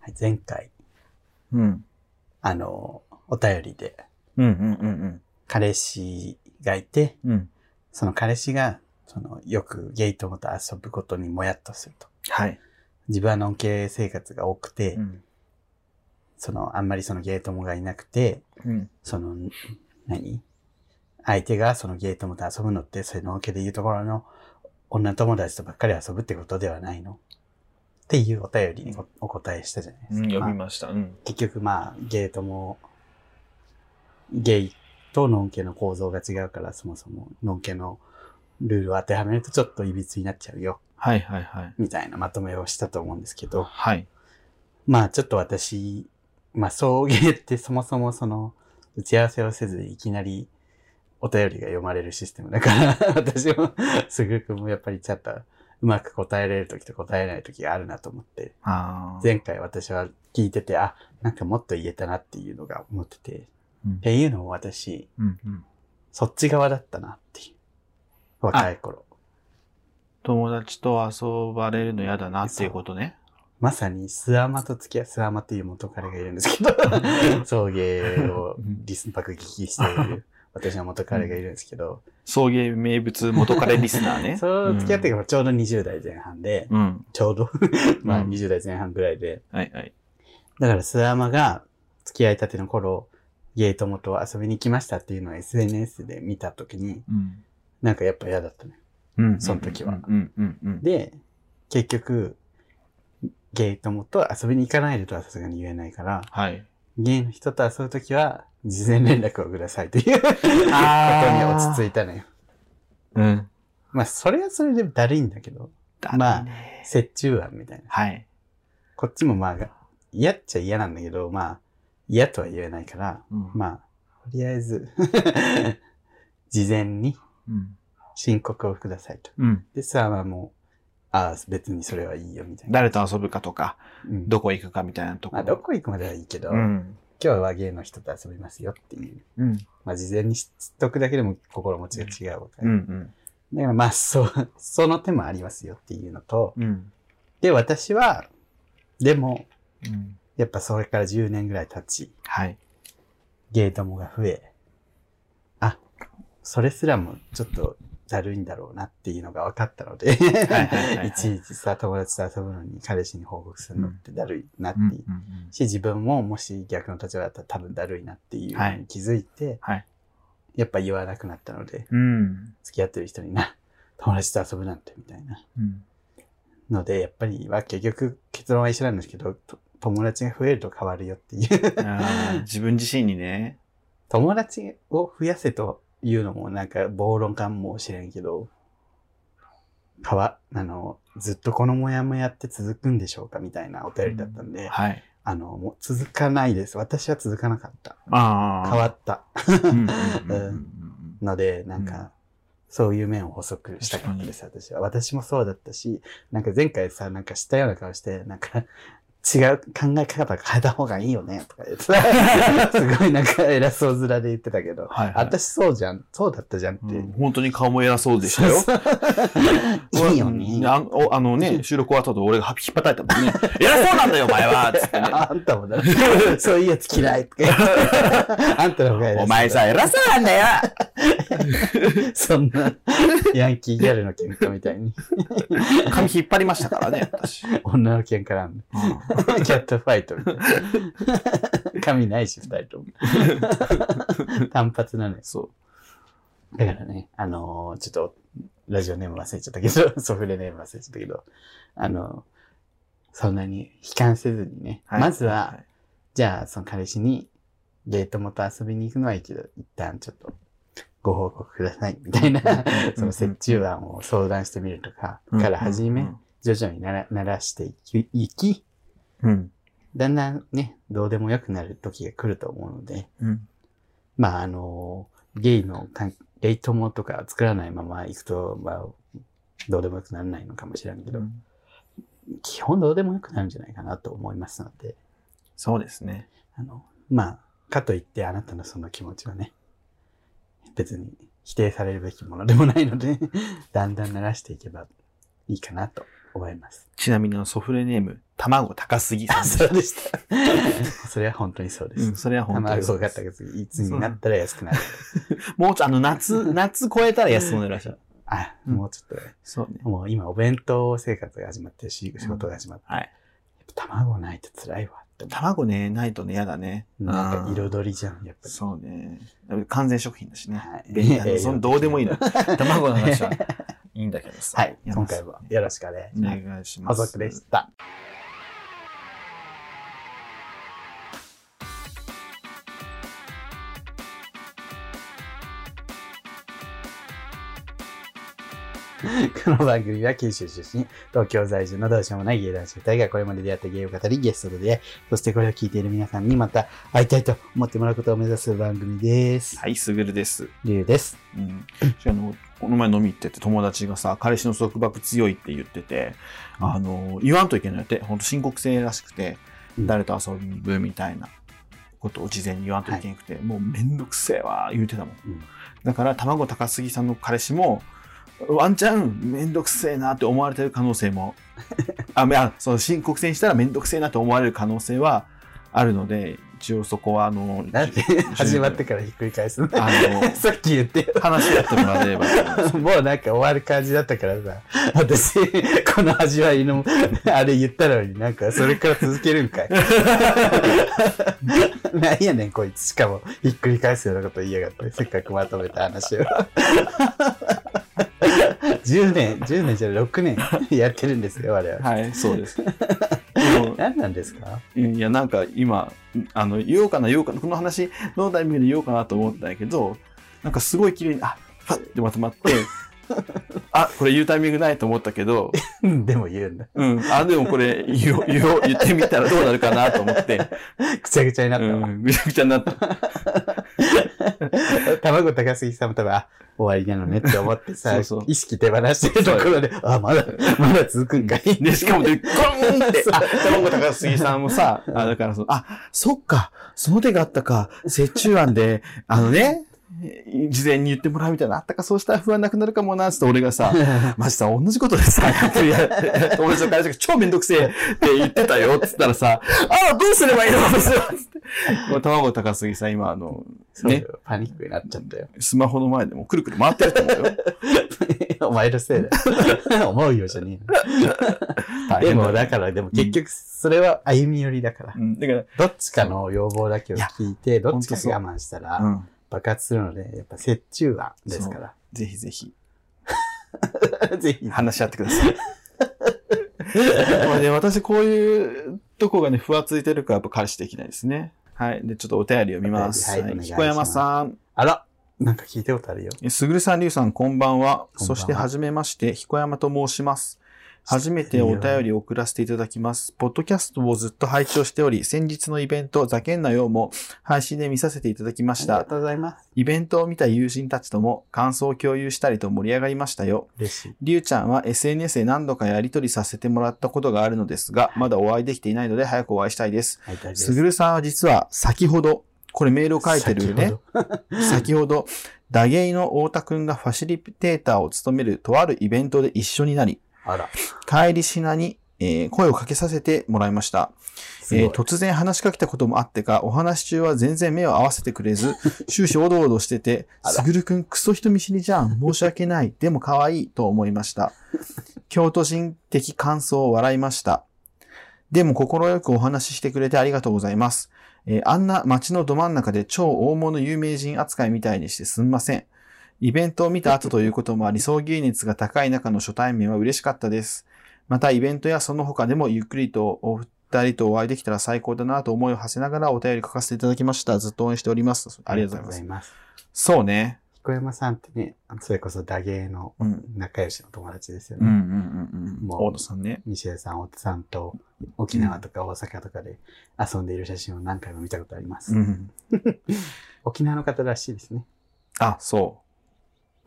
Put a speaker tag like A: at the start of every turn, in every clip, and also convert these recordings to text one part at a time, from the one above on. A: はい、前回、
B: うん。
A: あの、お便りで、
B: うんうんうん
A: 彼氏がいて、
B: うん。うん。
A: その彼氏が、その、よくゲイ友と遊ぶことにもやっとすると。
B: はい。
A: 自分はのんけ生活が多くて、
B: うん。
A: その、あんまりそのゲイ友がいなくて、
B: うん。
A: その、何相手がそのゲイ友と遊ぶのって、それのんけで言うところの、女友達とばっかり遊ぶってことではないのっていうお便りにおお答えしたじゃないで
B: う
A: す
B: ん
A: か。
B: 読み
A: まあ
B: ました。うん。
A: 結局まあ、ゲイ友、ゲイとノンケの構造が違うから、そもそもノンケのルールを当てはめるとちょっといびつになっちゃうよ、
B: はいはいはい。
A: みたいなまとめをしたと思うんですけど、
B: はい。
A: まあちょっと私、まあ送迎ってそもそもその打ち合わせをせずいきなりお便りが読まれるシステムだから、 私もすぐくんもやっぱりちょっとうまく答えれる時と答えない時があるなと思って、
B: ああ。
A: 前回私は聞いてて、あ、なんかもっと言えたなっていうのが思ってて、
B: うん
A: っていうのを私、
B: うんうん。
A: そっち側だったなっていう。若い頃。
B: 友達と遊ばれるの嫌だなっていうことね。
A: まさに、スアマと付き合う、スアマっていう元彼がいるんですけど、送迎をリスン爆撃している、私の元彼がいるんですけど、
B: 送迎名物元彼リスナーね。
A: そう付き合って
B: く
A: からちょうど20代前半で、
B: うん。うん。
A: ちょうどまあ
B: うん
A: 20代前半ぐらいで、
B: はいはい。
A: だからスアマが付き合いたての頃、ゲイ友と遊びに来ましたっていうのを SNS で見た時に、
B: うん。
A: なんかやっぱ嫌だったね。
B: うん。
A: その時は
B: うんうんうん。
A: で、結局、ゲイ友と遊びに行かないでとはさすがに言えないから、
B: はい。
A: ゲイの人と遊ぶときは、事前連絡をくださいということに落ち着
B: い
A: いたのよ。
B: うん。
A: まあ、それはそれでだるいんだけど、まあ折衷案みたいな。
B: はい。
A: こっちもまあ、嫌っちゃ嫌なんだけど、まあ、嫌とは言えないから、
B: まあ、
A: まあ、とりあえず、 事前に
B: うん。
A: 申告をくださいと。
B: うん。
A: で、さあまあもう、ああ、別にそれはいいよみたいな。
B: 誰と遊ぶかとか、
A: うん
B: どこ行くかみたいなとこ
A: まあ、どこ行くまではいいけど、
B: うん。
A: 今日はゲイの人と遊びますよっていう。
B: うん。
A: まあ、事前に知っとくだけでも心持ちが違うわけ、
B: うんうん。
A: だからまあ、そう、その手もありますよっていうのと、
B: うん。
A: で、私は、でも、
B: うん。
A: やっぱそれから10年ぐらい経ち、
B: はい。
A: ゲイ友が増え、あ、それすらもちょっとだるいんだろうなっていうのが分かったので、
B: はいはいは い
A: いちいちさ、友達と遊ぶのに彼氏に報告するのってだるいなって
B: う
A: い
B: ん
A: う。
B: うんうん
A: し、自分ももし逆の立場だったら多分だるいなっていうのに気づいて、
B: はい
A: やっぱ言わなくなったので、
B: うん。
A: 付き合ってる人にな、 友達と遊ぶなんてみたいな。
B: うん。
A: ので、やっぱり、まあ結局結論は一緒なんですけど、と友達が増えると変わるよっていう。
B: あー自分自身にね。
A: 友達を増やせというのもなんか暴論かもしれんけど、変わ、あの、ずっとこのモヤモヤって続くんでしょうかみたいなお便りだったんで、
B: はい。
A: あの、もう続かないです。私は続かなかった。
B: ああ。
A: 変わった。
B: うんうんうんうん
A: ので、なんか、
B: うん
A: そういう面を補足したかったです、私は。私もそうだったし、なんか前回さ、なんか知ったような顔して、なんか、違う考え方変えた方がいいよね、とか言って さすごいなんか偉そう面で言ってたけど、
B: はいはい
A: 私そうじゃん、そうだったじゃんって。
B: うん本当に顔も偉そうでしたよ。
A: そういいよね。
B: あおあのね、収録終わった後俺が引っ叩いたもんね。偉そうなんだよ、お前はつってね。
A: あんたもだ。そういうやつ嫌いとか言 って。あんたの方が偉そう
B: お前さ、偉そうなんだよ
A: そんな、ヤンキーギャルの喧嘩みたいに。
B: 髪引っ張りましたからね、私。うん
A: 女の喧嘩なんだ。キャットファイトみたいな。髪ないし、二人とも。単発なのよ。
B: そ
A: だからね、あのーちょっと、ラジオネーム忘れちゃったけど、 ソフレネーム忘れちゃったけど、あのーそんなに悲観せずにね、
B: う。い
A: まずは、、じゃあ、その彼氏に、デート元遊びに行くのはいいけど、一旦ちょっと、ご報告ください、みたいな、その折衷案を相談してみるとか、
B: い
A: から始め、。徐々になら慣らしていき、いき
B: うん。
A: だんだんね、どうでもよくなる時が来ると思うので、
B: うん。
A: まあ、あの、ゲイの関、ゲイ友とか作らないまま行くと、まあ、どうでもよくならないのかもしれないけど、基本どうでもよくなるんじゃないかなと思いますので、
B: そうですね。
A: あの、まあ、かといってあなたのその気持ちはね、別に 否定されるべきものでもないので、だんだん慣らしていけばいいかなと思います。
B: ちなみにあのソフレネーム、卵高すぎさんでした。
A: でした。それは本当にそうで
B: うん、
A: す。
B: それは本当に
A: 卵
B: そうで
A: が
B: す。
A: 高すぎ、いつになったら安くなる。
B: もうちょ、あ の、夏、夏超えたら安くなるらっしゃる。
A: あ、
B: うん
A: もうちょっ
B: そうね。
A: と、もう今お弁当生活が始まってるし、仕事が始まって、
B: はい。
A: やっぱ卵ないと辛いわって思
B: 卵ね、ないとね、やだね。
A: う。なんか
B: うん
A: 彩りじゃん、やっぱり。
B: そうね。完全食品だしね。
A: はい。
B: 便利だねそのどうでもいいの。卵の話はいいんだけどさ。
A: はい、
B: や
A: 今回はよろしくお願いし
B: お
A: ます。
B: 願いしま
A: 補
B: す。
A: 足でした。 この番組は九州出身、東京在住のどうしようもない芸男子2人がこれまで出会った芸を語りゲストで出会い、そしてこれを聞いている皆さんにまた会いたいと思ってもらうことを目指す番組です。
B: はい、すぐるです。
A: りゅうです。
B: うん。しかもこの前飲み行ってて友達がさ、彼氏の束縛強いって言ってて、あの、言わんといけないって、ほんと深刻性らしく
A: う
B: て、
A: ん
B: 誰と遊ぶみたいなことを事前に言わんといけなくて、もうめんどくせえわ、言うてたもん。
A: うん
B: だから、卵高杉さんの彼氏も、ワンチャンめんどくせえなって思われてる可能性 も、あ、いやその深刻性にしたらめんどくせえなって思われる可能性はあるので、一応そこは、あの、
A: なんで
B: じゅ
A: 始まってからひっくり返すの
B: あの、
A: さっき言って
B: 話やってもらえればと思いま す。
A: もうなんか終わる感じだったからさ、私、この味わいの、あれ言ったのになんかそれから続けるんかい。 なんやねんこいつ、しかもひっくり返すようなこと言いやがって、せっかくまとめた話を。10年、10年じゃない6年やってるんですよ、我々。
B: はい、そうです。でも
A: 何なんですか
B: いや、なんか今、あの、言おうかな、言おうかな、この話、どのタイミングで言おうかなと思ったんやけど、なんかすごい綺麗に、あ、パッてまとまって、あ、これ言うタイミングないと思ったけど、
A: でも言うんだ。
B: うん、あ、でもこれ言おう、言おう、言ってみたらどうなるかなと思って、
A: くちゃくちゃになったわ。
B: うん、ぐちゃぐちゃになった。
A: 卵高杉さんも多分、あ、終わりなのねって思ってさ、
B: そうそう
A: 意識手放してるところで、あ、まだ、まだ続くんかい。
B: で、しかもで、ゴーンって
A: そう、
B: あ、卵高杉さんもさ、あ、だからその、あ、そっか、その手があったか、折衷案で、あのね、事前に言ってもらうみたいな、あったか、そうしたら不安なくなるかもな、つって俺が さ、マジさ、同じことでさ、やってるやん友達の会社が超めんどくせえって言ってたよ、つったらさ、 あ、どうすればいいのどうすればいいのつってもう 卵高杉さん、今、あの、
A: そうよパニックになっちゃったよ。
B: スマホの前でもうくるくる回ってると思 うよ。
A: お前のせいだ よ。思うよじゃねえの。でも、だから、でも結局、それは歩み寄りだから
B: う。ん、だから、
A: どっちかの要望だけを聞いて、どっちか
B: ほんとそう
A: が我慢した
B: う
A: ら
B: ん、
A: 爆発するので、やっぱ折衷案ですか
B: ぜひぜひ、
A: ら。ぜひ。
B: 話し合ってください。まあね、私こういうとこがね、ふわついてるからやっぱ彼氏できないですね。はい。で、ちょっとお便りを見ます。
A: お
B: はい
A: 便りはいお願いします
B: 彦山さん、
A: あら、なんか聞いたことあるよ。
B: えすぐるさん、りゅうさん、こんばんは。
A: こんばんは
B: そして、はじめまして、彦山と申します。初めてお便りを送らせていただきます。ポッドキャストをずっと拝聴しており、先日のイベント、ざけんなようも配信で見させていただきま
A: あ
B: し
A: りが
B: た。
A: とうございます。
B: イベントを見た友人たちとも感想を共有したりと盛り上がりましたよ。
A: 嬉しい。
B: りゅうちゃんは SNS で何度かやり取りさせてもらったことがあるのですが、まだお会いできていないので早くお会いしたいです。
A: はい、大丈夫です
B: ぐるさんは実は先ほど、これメールを書いてるね。先ほど、ダゲイの太田くんがファシリテーターを務めるとあるイベントで一緒になり、
A: あら、
B: 帰りしなに、えー声をかけさせてもらいました、
A: すごい
B: えー突然話しかけたこともあってか、お話し中は全然目を合わせてくれ ず、終始おどおどしてて、
A: あら
B: すぐるくんクソ人見知りじゃん。申し訳ない。でも可愛いと思いました。京都人的感想を笑いました。でも心よくお話ししてくれてありがとうございます。えーあんな街のど真ん中で超大物有名人扱いみたいにしてすんません。イベントを見た後ということもあり、送迎熱が高い中の初対面は嬉しかったです。またイベントやその他でもゆっくりとお二人とお会いできたら最高だなと思いを馳せながらお便り書かせていただきました。ずっと応援しております。ありがとうございます。
A: ます。
B: そうね。
A: 彦山さんってね、それこそ打芸の
B: うん。
A: 仲良しの友達ですよ
B: うんうん
A: ね。
B: うんうん。
A: もう
B: 大野さんね。
A: 西江さん、大田さんと沖縄とか大阪とかで遊んでいる写真を何回も見たことあります。
B: うん。
A: 沖縄の方らしいですね。
B: あ、そ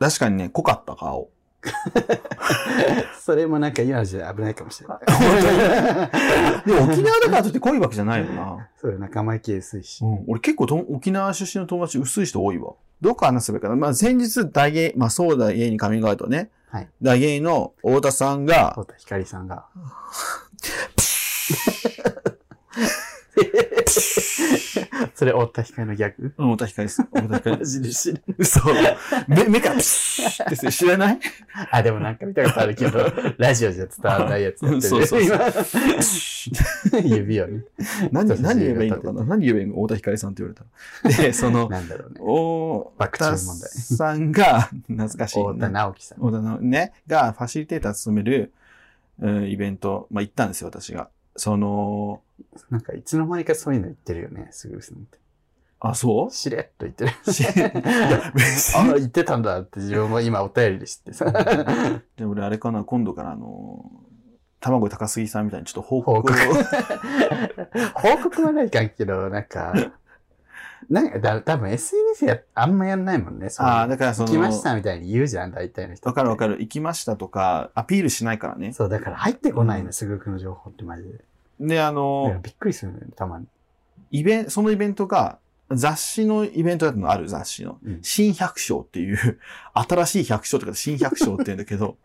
B: う。確かにね、濃かった顔。
A: それもなんか今の時代危ないかもしれない。
B: でも沖縄だからといって濃いわけじゃないよな。
A: そうよ、仲間意見薄いし
B: う。ん、俺結構と沖縄出身の友達薄い人多いわ。どこ話せばいいかな。まあ、先日、大芸、まあ、そうだ、家にカミングアウトね。
A: はい。
B: ダゲイの太田さんが、
A: 太田光さん が。それ、太田光のギャグ
B: うん、太田光です。太田光
A: マ。ジで知らん
B: 嘘。目、目からプシュッて知 らない
A: あ、でもなんか見たことあるけ ど、ラジオじゃ伝わらないやつやってる、ね。
B: そうそうそう
A: 今指をね。
B: 何
A: そうそう
B: 何言えばいいのかな何言えばいいの太田光さんって言われ たら。で、その、
A: なんだろうね。
B: 大
A: 爆
B: 田
A: 中問題
B: さんが、懐かしい。
A: 太田直樹さん。
B: 小田のね、がファシリテーター務める、うんイベント、まあ、行ったんですよ、私が。その、
A: なんかいつの間にかそういうの言ってるよね、すぐさんって。
B: あ、そう
A: しれっと言ってる。
B: し 別
A: あ
B: に
A: あ、言ってたんだって自分も今お便りで知ってさ。
B: で、俺あれかな、今度からあの、卵高杉さんみたいにちょっと報告
A: 報
B: を
A: 告。報告はないかんけど、なんか、なんかだ多分 SNS やあんまやんないもんね。そういうの
B: ああ、だからその、
A: 行きましたみたいに言うじゃん、大体の人。
B: わかるわか
A: る。
B: る。行きましたとか、アピールしないからね。
A: そう、だから入ってこないうの、すぐくの情報ってマジで。
B: で、
A: だか
B: あ
A: ら
B: の、
A: びっくりするのよ、たまに。
B: イベンそのイベントが、雑誌のイベントだったのある雑誌の。
A: うん
B: 新百姓っていう、新しい百姓とか新百姓って言うんだ けど、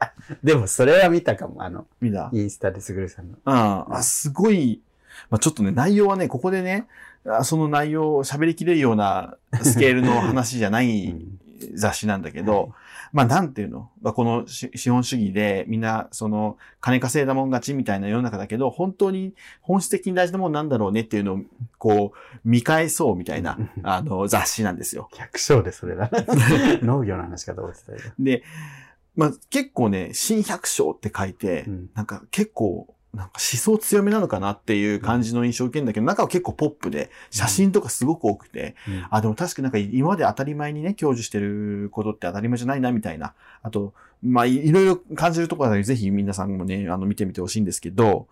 A: でも、それは見たかも、あの、
B: みんな。
A: インスタですぐるさんの。
B: うん。あ、すごい。まあ、ちょっとね、内容はね、ここでね、あその内容を喋りきれるようなスケールの話じゃな
A: う
B: い
A: ん
B: 雑誌なんだけど、まあ、なんていうの、まあ、このし資本主義でみんな、その、金稼いだもん勝ちみたいな世の中だけど、本当に本質的に大事なもんなんだろうねっていうのを、こう、見返そうみたいな
A: うん、
B: あの、雑誌なんですよ。
A: 百姓でそれ だな。 農業の話かと思ってたよ。
B: で、まあ、結構ね、新百姓って書いて、
A: うん
B: なんか結構、なんか思想強めなのかなっていう感じの印象を受けるんだけど、中は結構ポップで、写真とかすごく多くて、
A: うん
B: あ、でも確かになんか今まで当たり前にね、享受してることって当たり前じゃないな、みたいな。あと、まあ、いいろいろ感じるところなので、ぜひ皆さんもね、あの、見てみてほしいんですけど、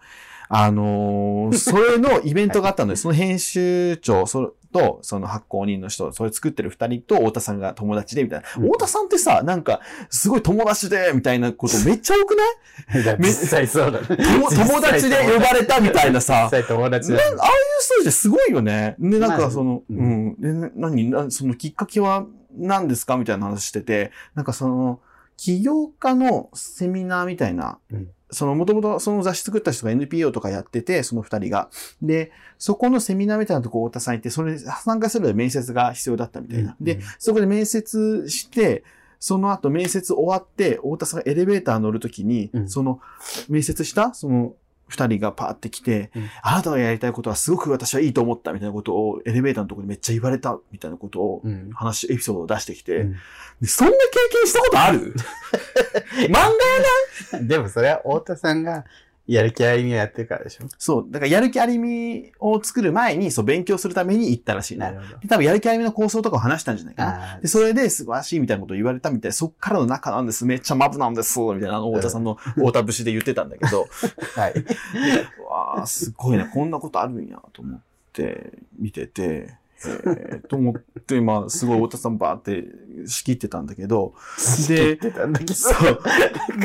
B: あのーそれのイベントがあったので、その編集長それと、その発行人の人、それ作ってる二人と、太田さんが友達で、みたいな。
A: うん
B: 太田さんってさ、なんか、すごい友達で、みたいなことめっちゃ多くない
A: 実際そうだね。
B: 友友達で呼ばれたみたいなさ
A: 実。際友達
B: な
A: だ
B: んああいう人じゃすごいよね。で、なん
A: ま
B: か
A: あ
B: その、
A: う
B: うん。で、な何なそのきっかけは何ですかみたいな話してて、なんかその、起業家のセミナーみたいな、
A: うん
B: その、もともとその雑誌作った人が NPO とかやってて、その二人が。で、そこのセミナーみたいなとこ太田さん行って、それ参加するので面接が必要だったみたいな。で、、そこで面接して、その後面接終わって、太田さんがエレベーター乗るときに、
A: うん
B: その、面接した、その、二人がパーって来て、
A: うん
B: あなたがやりたいことはすごく私はいいと思ったみたいなことを、エレベーターのところにめっちゃ言われたみたいなことを、
A: うん。
B: 話、エピソードを出してきて、
A: うん
B: でそんな経験したこと ある漫画
A: でもそれは太田さんがやる気ありみをやってるからでしょ。
B: そう、だからやる気ありみを作る前に、そう、勉強するために行ったらしいな。
A: るほど。
B: で多分やる気ありみの構想とかを話したんじゃないかな。
A: あ
B: で、それで、素晴らしいみたいなことを言われたみたいで、そっからの中なんです。めっちゃマブなんです。みたいな、あの、太田さん の、太田節で言ってたんだけど、
A: あ、はい。
B: うわあすごいな、こんなことあるんや、と思って、見てて、えー、と思って、まあ、すごい太田さんバーって仕切ってたんだけど、
A: 言っ
B: で、
A: てたんだけど。
B: そう。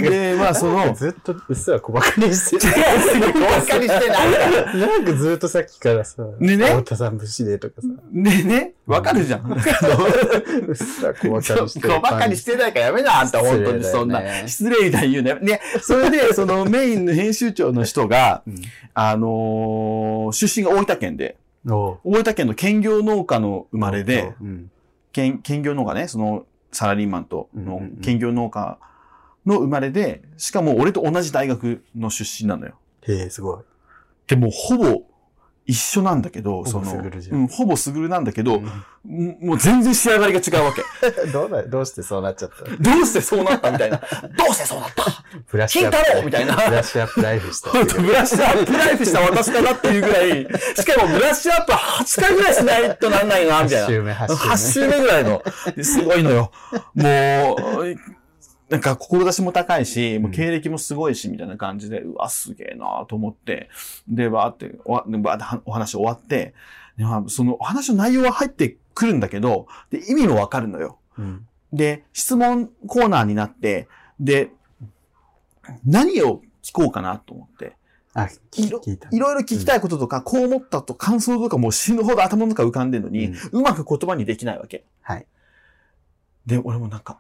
B: で、まあ、その、
A: ずっとうっすら小馬鹿にしてる。
B: 小馬鹿にして
A: ない。なんかずっとさっきからさ、
B: ねね
A: 太田さん節でとかさ、
B: でね、 わかるじゃん。
A: うっすら小馬鹿にしてる。
B: 小バカにしてないからやめな、あんた、本当にそんな。
A: 失
B: 失礼みたいに言うね。ね、そ れで、そのメインの編集長の人が、
A: 礼だよね。
B: あのー出身が大分県で、
A: うんおう
B: 大分県の兼業農家の生まれで、
A: うん
B: 兼兼業農家ね、そのサラリーマンと
A: う
B: の
A: んうんうん
B: 兼業農家の生まれで、しかも俺と同じ大学の出身なのよ。
A: へえ、すごい。
B: で、もうほぼ一緒なんだけど、
A: ほ
B: そ
A: ぼ
B: の、
A: すぐるじゃん
B: うん、ほぼすぐるなんだけど、もうもう全然仕上がりが違うわけ。
A: どうだどうしてそうなっちゃったの
B: どうしてそうなったみた いな。どうしてそうなった
A: ブラッシュアップ。
B: 金太郎みたいな
A: ブラッシュアップライフした。
B: 本当ブラッシュアップライフした私かなっていうぐらい、しかもブラッシュアップ8回ぐらいしないとなんないな、みたい
A: 8。
B: な
A: 周目、8
B: 8
A: 周
B: 周目ぐらいの。ですごいのよ。もう、なんか、志も高いし、もう経歴もすごいし、みたいな感じで、うわ、すげえなと思って、で、わーって、おわでわーってはお話終わって、でまあそのお話の内容は入ってくるんだけど、で意味もわかるのよ。
A: 目。うん
B: で、質問コーナーになって、で、何を聞こうかなと思って、
A: あ、
B: い
A: 聞
B: ろ
A: 聞いた。
B: いろいろ聞きたいこととか、こう思ったと感想とかもう死ぬほど頭の中浮かんでるのに、
A: う
B: うまく言葉にできないわけ。
A: はい。
B: で、俺もなんか、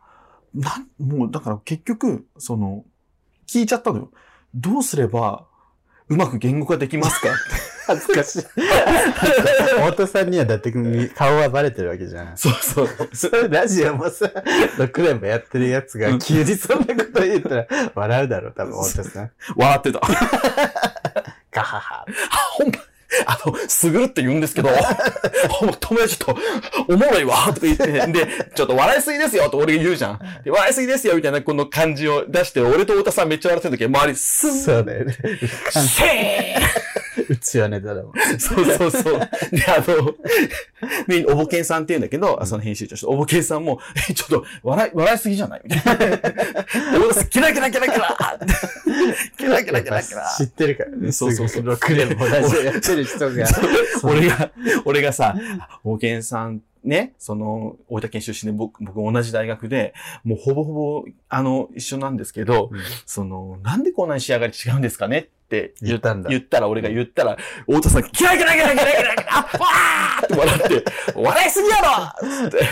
B: なん、もうだから結局、その、聞いちゃったのよ。どうすれば、うまく言語化できます か
A: 恥ずかしい。太田さんにはだってみ顔はバレてるわけじゃん。
B: そう そう。
A: それラジオもさ、6年もやってるやつが急にそんなこと言ったら笑うだろう、多分太田さん。
B: 笑ってた。あ、
A: ガハハ。
B: ほんま、あの、すぐるって言うんですけど、ほんま、友達ちょっと、おもろいわ、とか言って、で、ちょっと笑いすぎですよ、と俺が言うじゃん。で、笑いすぎですよ、みたいなこの感じを出して、俺と太田さんめっちゃ笑ってる時、周り、すん、
A: そうだよね。
B: せ
A: うちはネタだもん。
B: ー そうそうそう。で、あの、で、おぼけんさんって言うんだけど、あその編集長、ちょっとおぼけんさんも、 え、ちょっと、笑い、笑いすぎじゃないみたいな。 で俺がキラキラキラ キラキラキラキラキラ
A: 知ってるからね。
B: そうそうそう
A: 6年もラジオやってる人が。
B: 俺が、俺がさ、保健さん、ね、その、大分県出身で僕、僕同じ大学で、もうほぼほぼ、あの、一緒なんですけど、
A: うん
B: その、なんでこんなに仕上がり違うんですかねって
A: 言ったんだ
B: 言ったら、俺が言ったら、太田さん、キラキラキラキラキラキラ、わーって笑って、笑いすぎやろつって、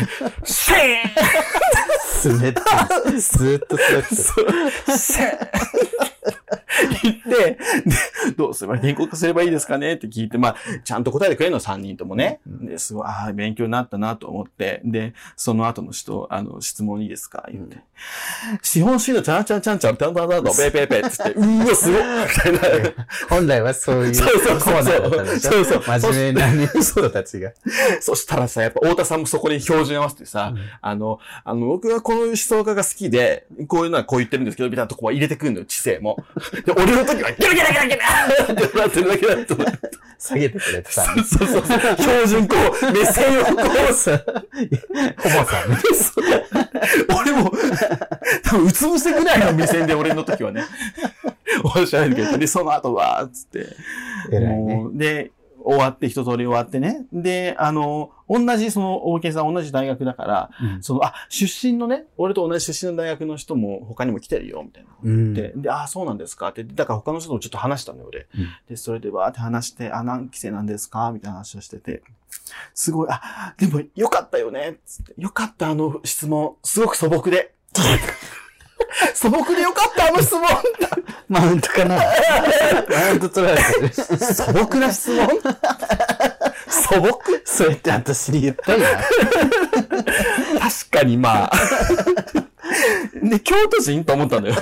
B: シ
A: 滑ってる。ずーっと滑ってる。
B: ーンシーン言って、で、どうすれば、原告すればいいですかねって聞いて、まあ、ちゃんと答えてくれるの、3人ともね。
A: うん
B: ですごい、ああ、勉強になったなと思って、で、その後の人、あの、質問いいですか言って。資本主義のチャラチャラチャンチャン、タンタンタンタン、ペーペーペーっつって、うわ、すごいみたいな。
A: 本来はそういうコ
B: そうそうそう
A: ーナーだったんでしょ
B: そうそう
A: 真面目な人た ちが。
B: そしたらさ、やっぱ太田さんもそこに標準合わせてさ、
A: うん
B: あの、あの、僕はこの思想家が好きで、こういうのはこう言ってるんですけど、みたいなとこは入れてくるのよ、知性も。で、俺の時は、ギラギラギラギラってなってるだけだと思って。
A: 下げてくれてたん
B: そうそうそう。標準こう、目線をこうさ、
A: ホモさんね。
B: そう俺も、多分うつ伏せぐらいの目線で俺の時はね、 おっしゃるけど、で、その後は、つって。
A: 偉いね。
B: もうで、終わって、一通り終わってね。で、あの、同じ、その、大池さん同じ大学だから、
A: うん
B: その、あ、出身のね、俺と同じ出身の大学の人も他にも来てるよ、みたいな。
A: うん
B: で、で、あ、そうなんですかって、だから他の人ともちょっと話したのよ、俺。
A: うん
B: で、それでわーって話して、あ、何期生なんですかみたいな話をしてて。すごい、あ、でもよかったよねつってよかった、あの質問。すごく素朴で。 素朴でよかった、あの 質問
A: マウントかなマウント取られてる。
B: 素朴な質問 素朴
A: そうやって私に言ったよな。
B: 確かにまあ。ね、京都人と思ったのよ。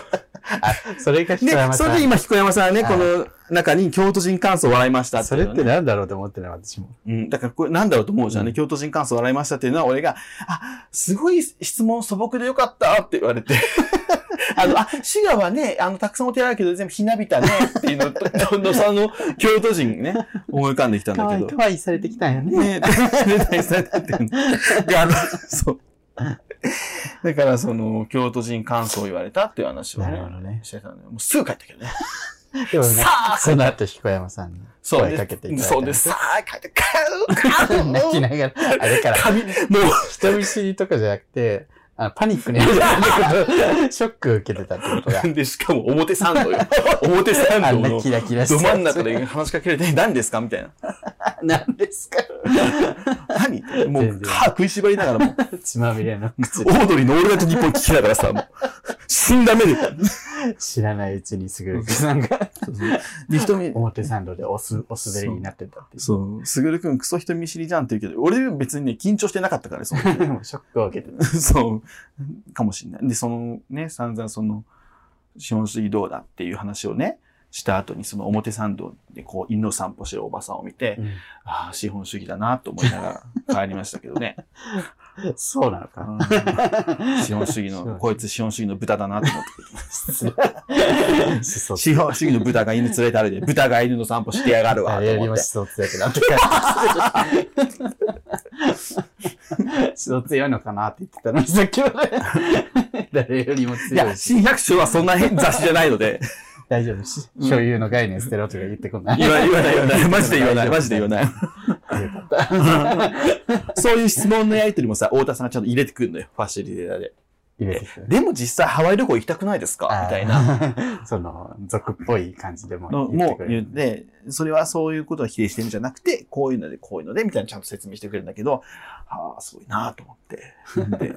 A: あ、それが
B: で
A: 人は、ま
B: それで
A: た。
B: 今、彦山さんはね、
A: は
B: こ
A: い
B: の中に京都人感想を笑いましたって
A: そ
B: いう
A: れ
B: の
A: っ
B: ね、
A: てなんだろうと思ってない、私も。
B: うん、だからこれなんだろうと思うじゃんね。
A: うん
B: 京都人感想笑いましたっていうのは俺が、あ、すごい質問素朴でよかったって言わ れて。あの、あ、滋賀はね、あの、たくさんお寺あるけど全部ひなびたねっていうのと、どんどんその、京都人ね、思い浮かんできたんだ
A: 可
B: け
A: 愛い
B: ど。
A: 可愛いされてきたんよ ね。
B: ね、絶対されてってんのであのそう。だからその、京都人感想を言われたっていう話を
A: なる
B: ね
A: ほ、どね。
B: してたのよ。もうすぐ帰ったけどね。
A: でもね
B: さあ、
A: その後、彦山さんに
B: そう
A: 声かけていただいたんで
B: ですそうです。さあ、帰って、帰る、
A: 泣きながら、あれから、
B: 髪、もう、
A: 人見知りとかじゃなくて、あのパニックになるんだけど、ショック受けてたってことが、
B: で、しかも表参道 よ。表参
A: あ
B: 道
A: んな
B: の
A: キラキラして
B: ど真ん中で話しかけられて、何ですかみたいな。
A: 何ですか
B: 何もう
A: 全、然
B: 歯食いしばりながらも う、
A: 血まみれの口
B: オードリーのオールナイト日本聞きながらさ、もう、死ん だ目で。
A: 知らないうちにすぐるくさんが
B: で、瞳、
A: 表参道でおす、おすべりになってたってい
B: そう、すぐるくんクソ人見知りじゃんって言うけど、俺別にね、緊張してなかったからね、そ の時
A: う。もうショックを受けてた。
B: そう、かもしれない。で、そのね、散々その、資本主義どうだっていう話をね、した後にその表参道でこう犬の散歩してるおばさんを見て、ああ、資本主義だなと思いながら帰りましたけど ね。
A: そうなのか。
B: うん資本主義の、こいつ資本主義の豚だなと思って。
A: しそ
B: 資本主義の豚が犬連れて歩いて、豚が犬の散歩してやがるわ
A: あ
B: と
A: れより
B: 思っ
A: も
B: て
A: し。そ強くなってから。しそ強いのかなって言ってたのに、さっきまで。誰よりも
B: い
A: 強
B: や、
A: いし。
B: 新百姓はそんな変雑誌じゃないので、
A: 大丈夫し。
B: うん
A: 所有の概念捨てろとか言ってこない。
B: 言わ言わない言わない。マジで言わない。マジで言わない。
A: よかった。
B: そういう質問のやりとりもさ、太田さんがちゃんと入れてくるのよ、ファシリテーターで。
A: 入れてきた
B: でも実際ハワイ旅行行きたくないですかみたいな
A: な。その、俗っぽい感じでも
B: の
A: 言っ
B: も
A: てくれ
B: 言っ
A: る。
B: て、それはそういうことを否定してるんじゃなくて、こういうので、こういうので、みたいなちゃんと説明してくれるんだけど、ああ、すごいなと思って。で、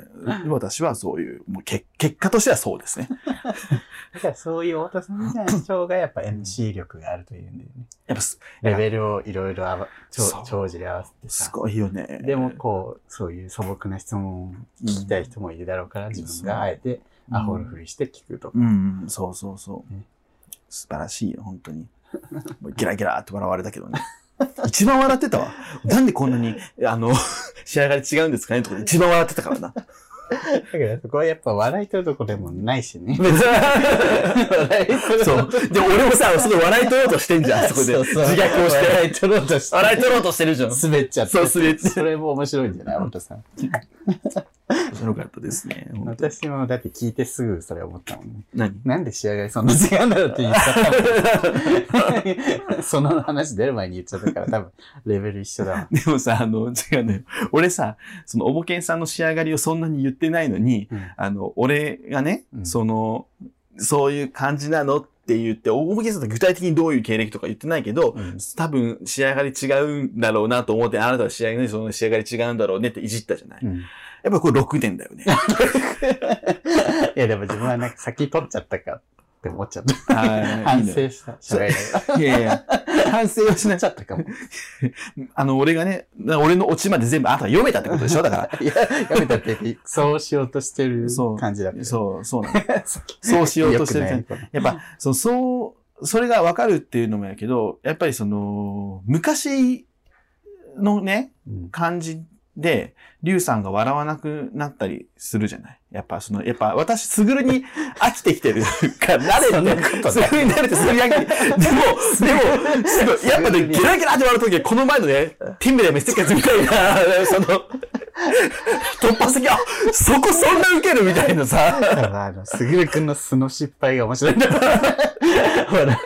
B: 私はそういう、もう結結果としてはそうですね。
A: だからそういう太田さんみたいな人がやっぱ MC 力があるというんだよね。
B: やっぱす、
A: レベルをいろいろあわ
B: そう
A: 長長寿で合わせて
B: す
A: さ。
B: ごいよね。
A: でもこう、そういう素朴な質問を聞きたい人もいるだろうから、
B: ん
A: 自分があえて
B: うん
A: アホのふりして聞くとか。
B: うん、そうそうそう
A: ね。
B: 素晴らしいよ、本当に。もうギラギラって笑われたけどね。一番笑ってたわ。なんでこんなに、あの、仕上がり違うんですかねとか一番笑ってたから な。
A: だからそこはやっぱ笑い取るとこでもないしね。笑い取る
B: そう。で、俺もさ、その笑い取ろうとしてんじゃん、そこ で。
A: そうそう
B: 自虐をして。
A: 笑い取ろうとして。
B: 笑い取ろうとしてるじゃん。
A: 滑っちゃって。
B: そう滑っちゃう
A: それも面白いんじゃない太田さん。
B: 面白かったですね。本当に
A: 私もだって聞いてすぐそれ思ったもんね。
B: 何
A: なんで仕上がりそんな違うんだろうって言っちゃったもんその話出る前に言っちゃったから多分レベル一緒だわ。
B: でもさ、あの、違うのよ。俺さ、その、おぼけんさんの仕上がりをそんなに言ってないのに、
A: うん
B: あの、俺がね、
A: うん
B: その、そういう感じなのって言って、大げさだと具体的にどういう経歴とか言ってないけど、
A: うん
B: 多分仕上がり違うんだろうなと思って、あなたは仕上がり、その仕上がり違うんだろうねっていじったじゃない。
A: うんい
B: やっぱこれ6点だよね。
A: やでも自分はなんか先取っちゃったかって思っちゃった。
B: は
A: 反
B: いいいのよ
A: 省した。社外が。
B: いやいや、反省はしな
A: 取
B: い
A: っち。ゃったかも。
B: あの、俺がね、俺のオチまで全部あなたが読めたってことでしょだ か
A: いや、やめたって、そうしようとしてる感じだ
B: ら。
A: ね。
B: そう、そうなの。そうしようとしてる感じ
A: よくない
B: やっぱ、その、そう、それがわかるっていうのもやけど、やっぱりその、昔のね、
A: うん
B: 感じで、リュウさんが笑わなくなったりするじゃないやっぱその、やっぱ私、すぐるに飽きてきてるから、
A: そ
B: 慣
A: んな
B: れ
A: こ
B: て、
A: とない
B: すぐるに慣れて、すぐるに飽きて、でも、でも、すごいやっぱね、ギラギラって笑うときは、この前のね、ティンベレーメッセ ージみたいな、その、突破先、あ、そこそんな受けるみたいなさ、
A: だからあの、すぐるくんの素の失敗が面白いんだほら、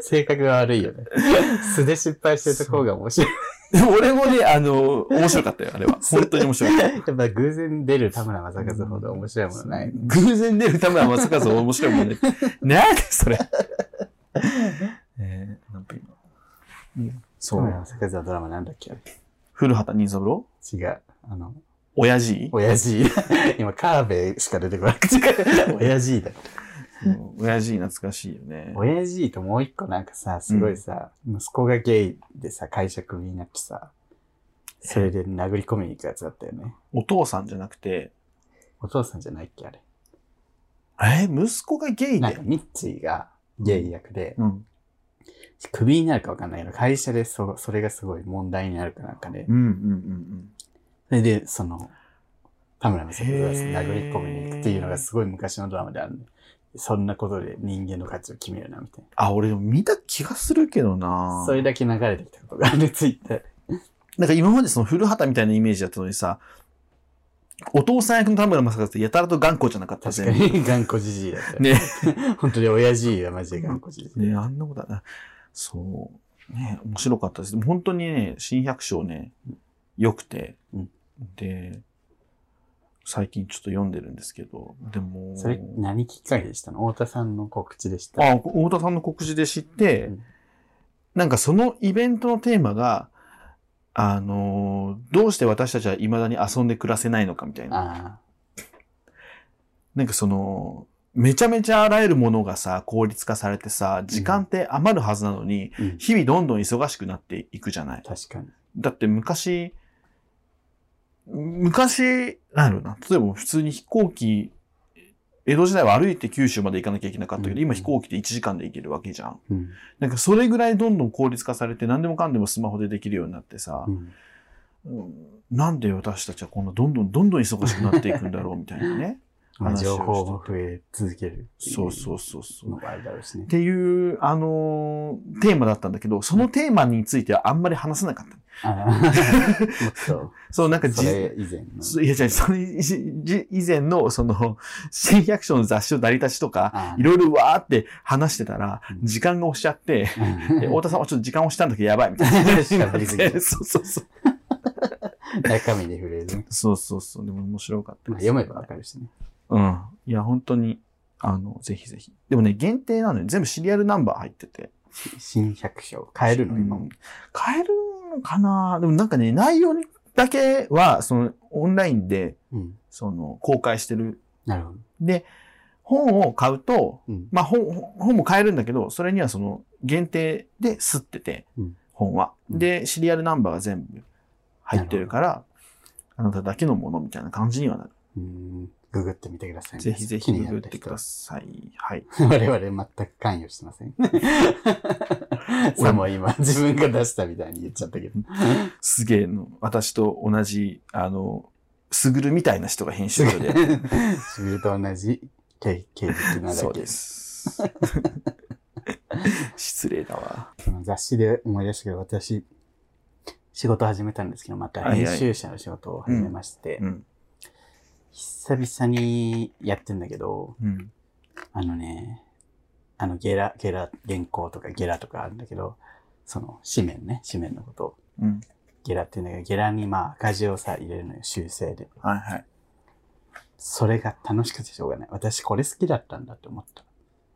A: 性格が悪いよね。素で失敗してるところが面白い。
B: でも俺もね、あの、面白かったよ、あれ は。本当に面白かっ
A: やっぱ偶然出る田村正和ほど面白いもの
B: た。
A: ないね。
B: 偶然出る田村正和面白いもんね。なんでそれ。 えー、なんか今。そ
A: 田村
B: う。
A: 正和のドラマなんだっけあれ
B: 古畑任三郎
A: 違う。あの、
B: 親父
A: 親父。 今、カーベしか出てこな くて。親父だ。
B: うん親父懐かしいよね。
A: 親父ともう一個なんかさ、すごいさ、息子がゲイでさ、会社クビになってさ、それで殴り込みに行くやつだったよね。
B: お父さんじゃなくて、
A: お父さんじゃないっけあれ。
B: えー、息子がゲイ
A: なんか
B: で。
A: ミッチーがゲイ役で、
B: うん。
A: クビになるかわかんないけど、会社でそそれがすごい問題になるかなんかで
B: うんう、んうん
A: それで、その、田村正和が
B: へー
A: 殴り込みに行くっていうのがすごい昔のドラマであるね。そんなことで人間の価値を決めるな、みたい
B: あ、俺でも見た気がするけどな
A: な。それだけ流れてきたことが ある、ツイッターで。
B: なんか今までその古畑みたいなイメージだったのにさ、お父さん役の田村正和ってやたらと頑固じゃなかった
A: 確か
B: 全部
A: に、頑固じじいだ ったよ。
B: ね。
A: 本当に親父はマジで頑固じじい。
B: ね、あんなことはな。そう。ね、面白かったです。でも本当にね、新百姓ね、良くて、
A: うん
B: で、最近ちょっと読んでるんですけど、でも、
A: それ、何きっかけでしたの太田さんの告知でした。
B: あ、太田さんの告示で知って、
A: うん
B: なんかそのイベントのテーマが、あのーどうして私たちは未だに遊んで暮らせないのかみたいな。
A: あ
B: なんかその、めちゃめちゃあらゆるものがさ、効率化されてさ、時間って余るはずなのに、
A: あ、うん
B: 日々どんどん忙しくなっていくじゃない。
A: 確かに。
B: だって昔、昔、なんだろうな。例えば普通に飛行機、江戸時代は歩いて九州まで行かなきゃいけなかったけど、
A: うん
B: 今飛行機で1時間で行けるわけじゃん。
A: うん。
B: なんかそれぐらいどんどん効率化されて何でもかんでもスマホでできるようになってさ
A: う、ん
B: うんなんで私たちはこんなどんどんどんどん忙しくなっていくんだろうみ たいなね。
A: まあ、
B: 話を
A: 情
B: して
A: 報も増え続ける。
B: そうそうそうそう。
A: のがあるだろうしね
B: っ。ていう、あのーテーマだったんだけど、そのテーマについてはあんまり話せなかった。
A: あ ーもっと、
B: そう、なんか
A: そ
B: じ、
A: れ以前の。
B: そういや、じゃあそのいじ以前の、その、新百姓の雑誌の成り立ちとか、
A: あー
B: いろいろわーって話してたら
A: う、ん
B: 時間が押しち ゃって、
A: うん
B: で太田さんはちょっと時間押したんだけどやばいみたいな
A: 確かに
B: そうそうそう。
A: 中身で触れずね。
B: そうそうそう。でも面白かった
A: まあ
B: です
A: 読めばわかるしね。
B: うん。いや、本当に、あの、ぜひぜひ。でもね、限定なのに全部シリアルナンバー入ってて。
A: し新百姓。変えるの今も。
B: 変えるのかなでもなんかね、内容だけは、その、オンラインで、
A: うん。
B: その、公開してる。
A: なるほど。
B: で、本を買うと、
A: うん。
B: まあ本、本も買えるんだけど、それにはその、限定で吸ってて、
A: うん
B: 本は。
A: うん
B: で、シリアルナンバーが全部入ってるから、あなただけのものみたいな感じにはなる。
A: うん。ググってみてください。
B: ぜひぜひ
A: 気に
B: グ
A: な
B: グっ
A: 人
B: てください。はい。
A: 我々全く関与してません。さも今、自分が出したみたいに言っちゃったけど。
B: すげえの、私と同じ、あの、すぐるみたいな人が編集長で。
A: すぐると同じ経経歴なだけ
B: そうです。 失礼だわ。
A: その雑誌で思い出したけど、私、仕事始めたんですけど、また
B: はい
A: 編
B: はい
A: 集者の仕事を始めまして
B: う、ん。
A: 久々にやってんだけど、
B: うん。
A: あのね、あの、ゲラ、ゲラ、原稿とかゲラとかあるんだけど、その、紙面ね、紙面のことを、
B: うん。
A: ゲラっていうんだけど、ゲラにまあ、赤字をさ、入れるのよ、修正で。
B: はいはい。
A: それが楽しくてしょうがない。私これ好きだったんだって思った。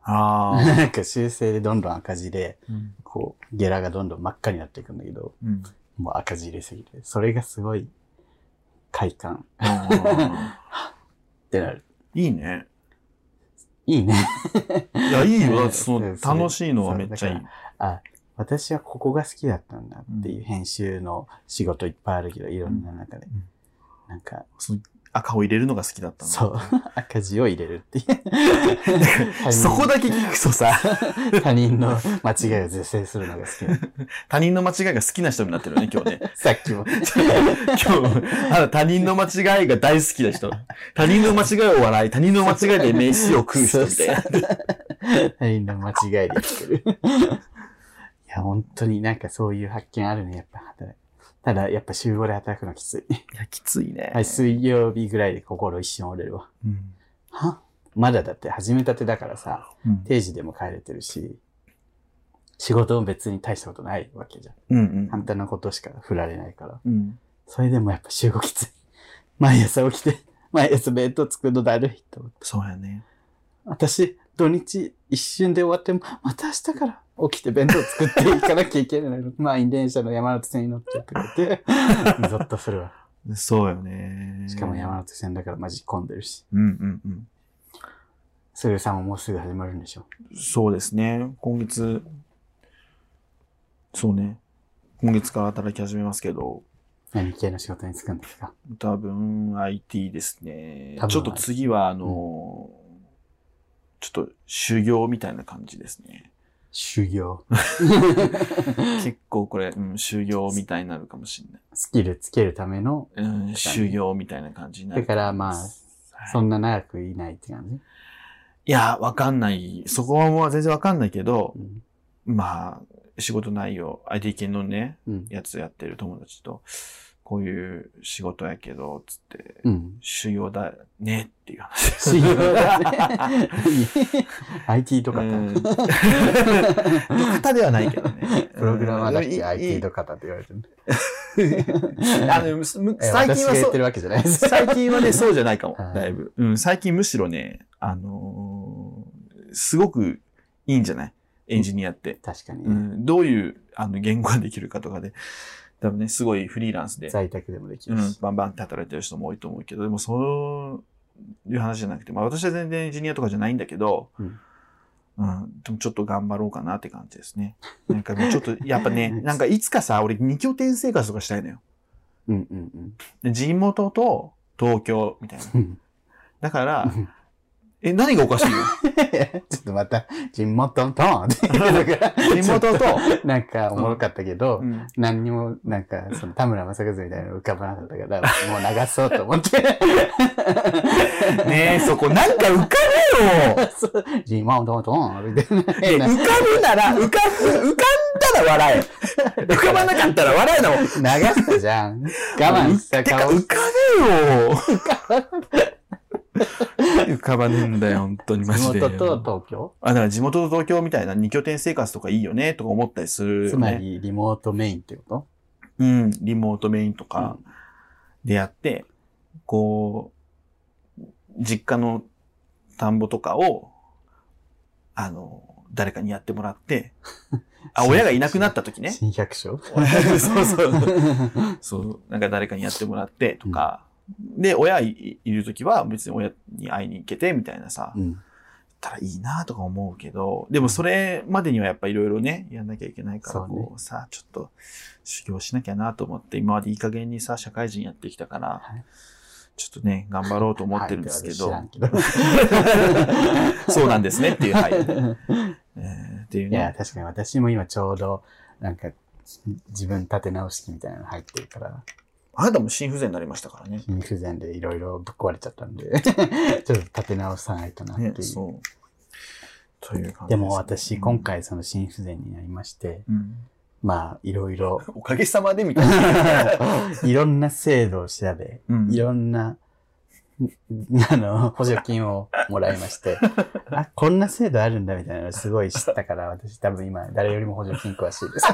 B: ああ。
A: なんか修正でどんどん赤字で、
B: うん。
A: こう、ゲラがどんどん真っ赤になっていくんだけど、
B: うん。
A: もう赤字入れすぎて、それがすごい快感
B: あ
A: ってなる。
B: ーいいね。
A: いいね。
B: いや、いい よ。だって
A: そ
B: そうの、
A: そう
B: 楽しいのはめっちゃいい
A: そう。私はここが好きだったんだっていう編集の仕事いっぱいあるけど、いろんな中で
B: うん。
A: なんか、
B: その赤を入れるのが好きだったんだ
A: そう、 赤字を入れるっていう。
B: そこだけ聞くと さ、
A: 他人の間違いを是正するのが好きな の
B: 他人の間違いが好きな人になってるよね、今日ね。
A: さっきも。
B: 今日、あの他人の間違いが大好きな人。他人の間違いを笑い、他人の間違いで飯を食う人みたいな。
A: はい、間違いで生きてる。いや、本当になんかそういう発見あるね、やっぱ働く。ただ、やっぱ週5で働くのきつい。
B: いや、きついね。
A: はい、水曜日ぐらいで心一瞬折れるわ。
B: うん
A: はまだだって始めたてだからさ、
B: うん
A: 定時でも帰れてるし、仕事も別に大したことないわけじゃん。
B: うん
A: 簡単なことしか振られないから。
B: うん。
A: それでもやっぱ週5きつい。 毎朝起きて、 毎朝弁当作るのだるいと思って
B: そうやね。
A: 私、土日一瞬で終わっても、また明日から起きて弁当作っていかなきゃいけないの。 満員電車の山手線に乗ってとか言って、 ゾッとするわ。
B: そうよね。
A: しかも山手線だからマジ混んでるし。
B: うんうんうん。
A: すぐさんももうすぐ始まるんでしょ。
B: そうですね。今月、そうね。今月から働き始めますけど、
A: 何系の仕事に就くんですか
B: 多分 IT ですね
A: 多。分
B: ちょっと次は、あの、ちょっと修行みたいな感じですね。
A: 修行。
B: 結構これ、うん、修行みたいになるかもし
A: スキルつけるための、
B: れない。うん、修行みたいな感じにな
A: だ
B: る。
A: からま
B: は
A: あ、
B: い
A: そんな長くいないって感じ。
B: いや、わかんない。そこはもう全然わかんないけど
A: う、ん。
B: まあ、仕事内容、IT 系のね、
A: うん。
B: やつやってる友達と、こういう仕事やけど、つって、
A: うん。
B: 修行だねっていう話。
A: 修行だね。IT とかだ
B: うん。方ではないけどね。
A: プログラマーだっ
B: うん
A: け IT とかだって言われてる。
B: あのむむ
A: え
B: 最
A: 私
B: 近
A: が
B: は
A: 言
B: そ
A: って
B: う、
A: るわけじゃないです。
B: 最近はね、そうじゃないかも
A: は、い
B: だいぶ。うん、最近むしろね、あのーすごくいいんじゃないエンジニアって。
A: 確かに、
B: う
A: ね
B: ん、どういうあの言語ができるかとかで、多分ね、すごいフリーランスで、
A: 在宅でもでき
B: う
A: る
B: ん
A: し、。
B: バンバンって働いてる人も多いと思うけど、でもそういう話じゃなくて、まあ私は全然エンジニアとかじゃないんだけど、
A: うん
B: うんでもちょっと頑張ろうかなって感じですね。なんかもうちょっと、やっぱ ね、なんかいつかさ、俺二拠点生活とかしたいのよ。
A: うんうんうん
B: で地元と東京みたいな。
A: うん。
B: だから、え、何がおかしいの
A: ちょっとまた、地元トンって言ってるから
B: 地元と、
A: なんかおもろかったけど、
B: うん
A: 何にも、なんか、その田村正和みたいなの浮かばなかったから、もう流そうと思って。
B: ねえ、そこなんか浮かべよ
A: そう地元トンみた
B: え
A: い
B: 浮
A: な
B: か。ぶなら、浮かぶ、浮かんだら笑え。 浮かばなかったら笑えなもん。
A: 流したじゃん。我慢した
B: てか、
A: 顔。
B: 浮かべよ浮かばねえんだよ、本当にマ
A: 地
B: ジで。
A: 元と東京
B: あ、だから地元と東京みたいな二拠点生活とかいいよね、とか思ったりする
A: つ
B: よ
A: ま
B: ね。
A: りリモートメインってこ
B: うん、リモートメインと
A: と
B: かでやって、こう、実家の田んぼとかを、あの、誰かにやってもらって、あ、親がいなくなった時ね。
A: 新百姓
B: そうそう。そう、なんか誰かにやってもらってとか、で、親いいる時は別に親に会いに行けてみたいな さ、
A: う
B: だっ
A: ん。
B: たらいいなとか思うけど、でもそれまでにはやっぱいろいろね、やんなきゃいけないから、
A: そうね
B: こうさ、ちょっと修行しなきゃなと思って、今までいい加減にさ、社会人やってきたから、
A: はい
B: ちょっとね、頑張ろうと思ってるんですけど、
A: はいってわけ
B: そうなんですねってい う、はい。
A: 知らんけど
B: えーっていう
A: いや、
B: ね。
A: 確かに私も今ちょうど、なんか、自分立て直し期みたいなの入ってるから、
B: あなたも心不全になりましたからね。
A: 筋不全でいろいろぶっ壊れちゃったん で、ちょっと立て直さないとなっていう。
B: ね、そう。という感じ
A: です
B: ね
A: も私、今、回その心不全になりまして、
B: うん、
A: まあ、いろいろ、
B: おかげさまでみたいな。
A: いろんな制度を調べ、
B: うん
A: いろんな、んあの、補助金をもらいま して、あ、こんな制度あるんだみたいなのをすごい知ったから、私多分今、誰よりも補助金詳しいです。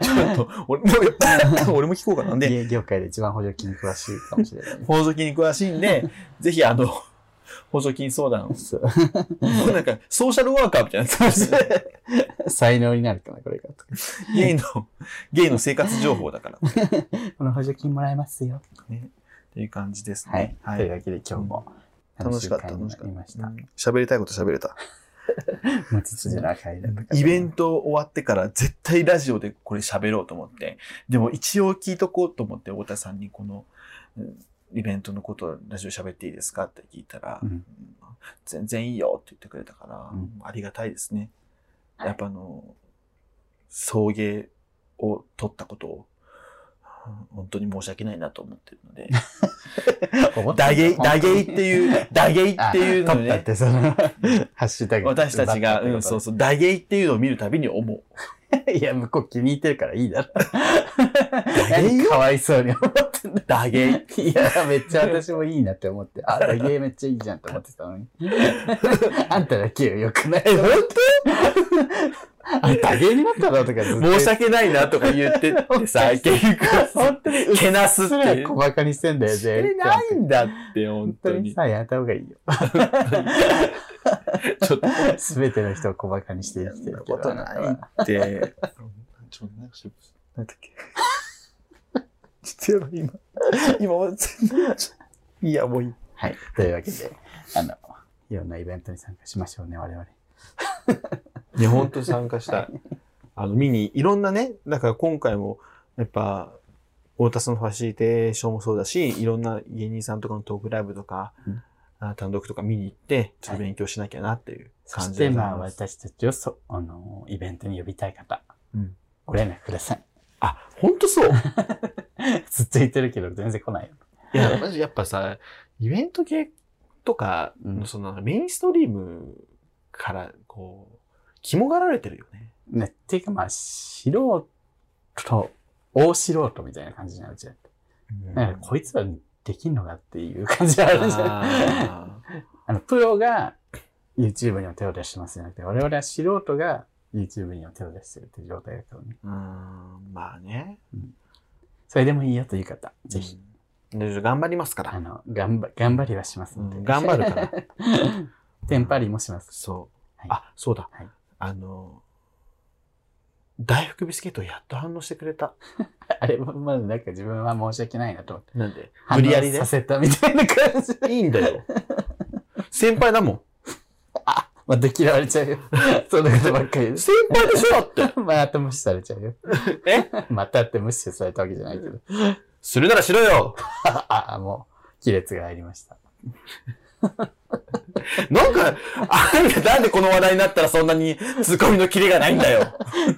B: ちょっと、俺も、俺も聞こうかな。で、
A: 家業界で一番補助金詳しいかもしれない
B: 補助金に詳しい んで、ぜひあの、補助金相談を。
A: そう。
B: なんか、ソーシャルワーカーみたいな感じで、
A: 才能になるかな、これが。
B: ゲイの、ゲイの生活情報だから。っ
A: この補助金もらえますよ。
B: ていう感じです
A: はい
B: ね。。
A: というわけで今日も
B: 楽しかった、
A: 回にな
B: 楽しかっ
A: りましたた。。
B: 喋りたいこと喋れた。
A: もう秩序な会だったから
B: イベント終わってから絶対ラジオでこれ喋ろうと思って。でも一応聞いとこうと思って、太田さんにこの、うんイベントのことラジオ喋っていいですかって聞いたら、
A: うん
B: うん全然いいよって言ってくれたから、
A: うん
B: ありがたいですね。
A: はい
B: やっぱあの、送迎を取ったことを、うん本当に申し訳ないなと思ってる ので、ダゲイ、ダゲイっていう、ダゲイっていうのを
A: だっ
B: ね、
A: てそ の、ハッシュタグ。
B: 私たちが、うん、そうそう、ダゲイっていうのを見るたびに思う。
A: う。 いや、向こう気に入ってるからいい だろ。
B: ゲイよ
A: かわいそうに思ってんだ。
B: ダゲイ。
A: いや、めっちゃ私もいいなって思って。あ、ダゲイめっちゃいいじゃんって思ってた のに。あんただけよ、よくない。
B: え、本
A: あ、ダゲイになったのとかずっと言っ
B: 当
A: て
B: 申し訳ないなとか言 ってってさ、結
A: 本
B: 局、
A: 当に、うっ
B: けなすっ
A: す
B: て
A: ら
B: いう
A: 小。馬鹿にしてんだよ、
B: してないんだって、
A: 本
B: 本
A: 当
B: 当
A: に
B: に。
A: さ、やった方がいいよ。
B: ちょっと、
A: すべての人を小馬鹿にして生きてるけど。
B: そんなことないって。ちょ、なんかしなんだっけ。 ちょっとやばい、今。今、全然。いや、もういい。
A: はい。というわけで、あの、いろんなイベントに参加しましょうね、我々。
B: いや、本当に参加したい。あの、見に、いろんなね、だから今回も、やっぱ、太田さんのファシリテーションもそうだし、いろんな芸人さんとかのトークライブとか、
A: うん
B: あ単独とか見に行って、ちょっと勉強しなきゃなっていう
A: そ
B: 感
A: し
B: じで
A: て、
B: ござい
A: まあ、
B: ます。
A: 私たちをそ、あの、イベントに呼びたい方、
B: うん
A: ご連絡ください。
B: あ、本当そう。
A: ずっと言ってるけど、全然来ないよ。
B: いや、マジやっぱさ、イベント系とか
A: う
B: の、
A: ん
B: そのメインストリームから、こう、肝がられてるよね。
A: ね、っていうか、まあ、素人、大素人みたいな感じじゃん、うちだって。なんか、こいつらできんのかっていう感じがあるじゃん。
B: あー
A: あの、プロが YouTube にも手を出してますじゃなくて、我々は素人が YouTube にも手を出してるっていう状態だからね。
B: うーん、まあね。
A: それでもいいよという方、ぜひ、
B: うん。で頑張りますから
A: あ。の、頑張、頑張りはします
B: う
A: ので。
B: ん頑張るから。
A: テンパりもします。
B: そう。
A: はい
B: あ、そうだ。
A: はい
B: あの、大福ビスケットやっと反応してくれた。
A: あれも、まだなんか自分は申し訳ないなと思って。
B: なんで無理やり
A: 反
B: で
A: 応さ。せたみたいな感じ。
B: いいんだよ。 先輩だもん。
A: まあ、で嫌われちゃう よ。そんなことばっかりです。
B: 先輩でしょだっ て。
A: また無視されちゃうよ。
B: え
A: またって無視されたわけじゃないけど。
B: するならしろよ
A: あ、あ、もう、亀裂が入りました。
B: なんか、あんたなんでこの話題になったらそんなにツッコミのキレがないんだ よ。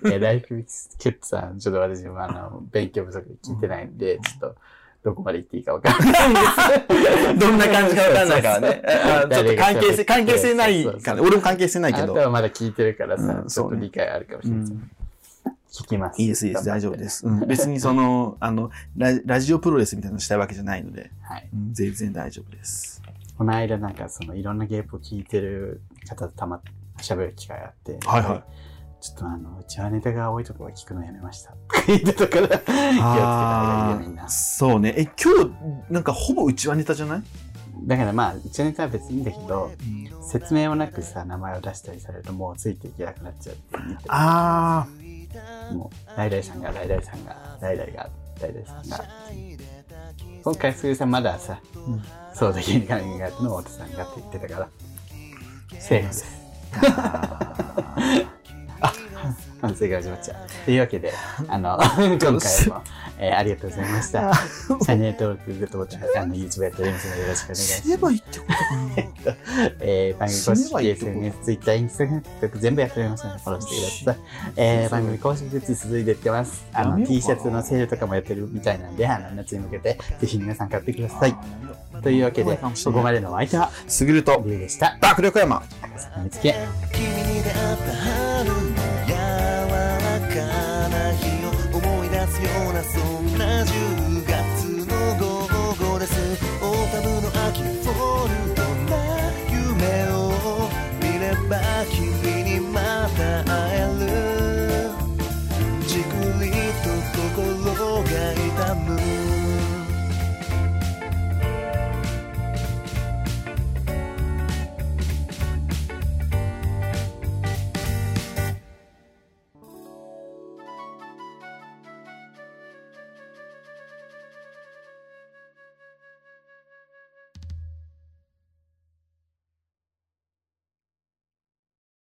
A: いや、ライフビスケットさん、ちょっと私もあの、勉強不足で聞いてないんで、ちょっと、どこまで行っていいかわかんないんです。
B: どんな感じかわかんないからね。あちょっと
A: 誰が喋
B: 関
A: って
B: 係性、関係性ない
A: そうそう
B: か
A: そう
B: ら、俺も関係性ない
A: あ
B: け
A: な
B: ど
A: た。はまだ聞いてるからさ、
B: うん
A: ちょっと
B: そうね
A: 理解あるかもしれない。
B: うん
A: 聞きます。
B: いいです、いいです、
A: 頑張っ
B: 大
A: て
B: 丈夫で。す。うん、別にそ の、あのラ、ラジオプロレスみたいなのしたいわけじゃないので、
A: はい。
B: うん全然大丈夫です。
A: この間なんか、その、いろんなゲープを聞いてる方とたま、喋る機会があって、
B: はいはい
A: ちょっとあの、うちはネタが多いところは聞くのやめました。とか言ってたから、気をつけた方がいいよ、みんな。
B: そうね。え、今日、なんかほぼうちはネタじゃない
A: だからまあ、一年間は別にいいんだけど、説明もなくさ、名前を出したりされると、もうついていけなくなっちゃうっていうか
B: あ
A: もう、ライライさんが、ライライさんが、ライライが、ライライさんが。今回、すぐさんまださ、
B: ー、うん
A: そうだけに関係があったのは、太田さんがって言ってたから、セーフです。反省が始まっちゃう。というわけで、あ の、今回も、えーありがとうございました。チャンネル登録、グッドボタン、あの、YouTube やっておりますので、よろしくお願い し
B: 死
A: ま
B: ね
A: す。
B: ばいいってことかな
A: えー番組公
B: 死ねば
A: 式、
B: いいってこと
A: SNS、Twitter、Instagram、TikTok 全部やっておりますので、フォローしてください。えー番組公式グッズ続いていってます。あ
B: や
A: の、
B: めようかな
A: T シャツのセールとかもやってるみたいなんで、あの、夏に向けて、ぜひ皆さん買ってください。というわけで、ここまでのお相手は、
B: すぐると
A: リュウでした。
B: 爆力山
A: 赤坂見つけ。
C: 君に出会った春の柔らかな日を思い出すようなそんな10月の午後ですオータムの秋フォルトな夢を見れば君にまた会えるじくりと心が痛む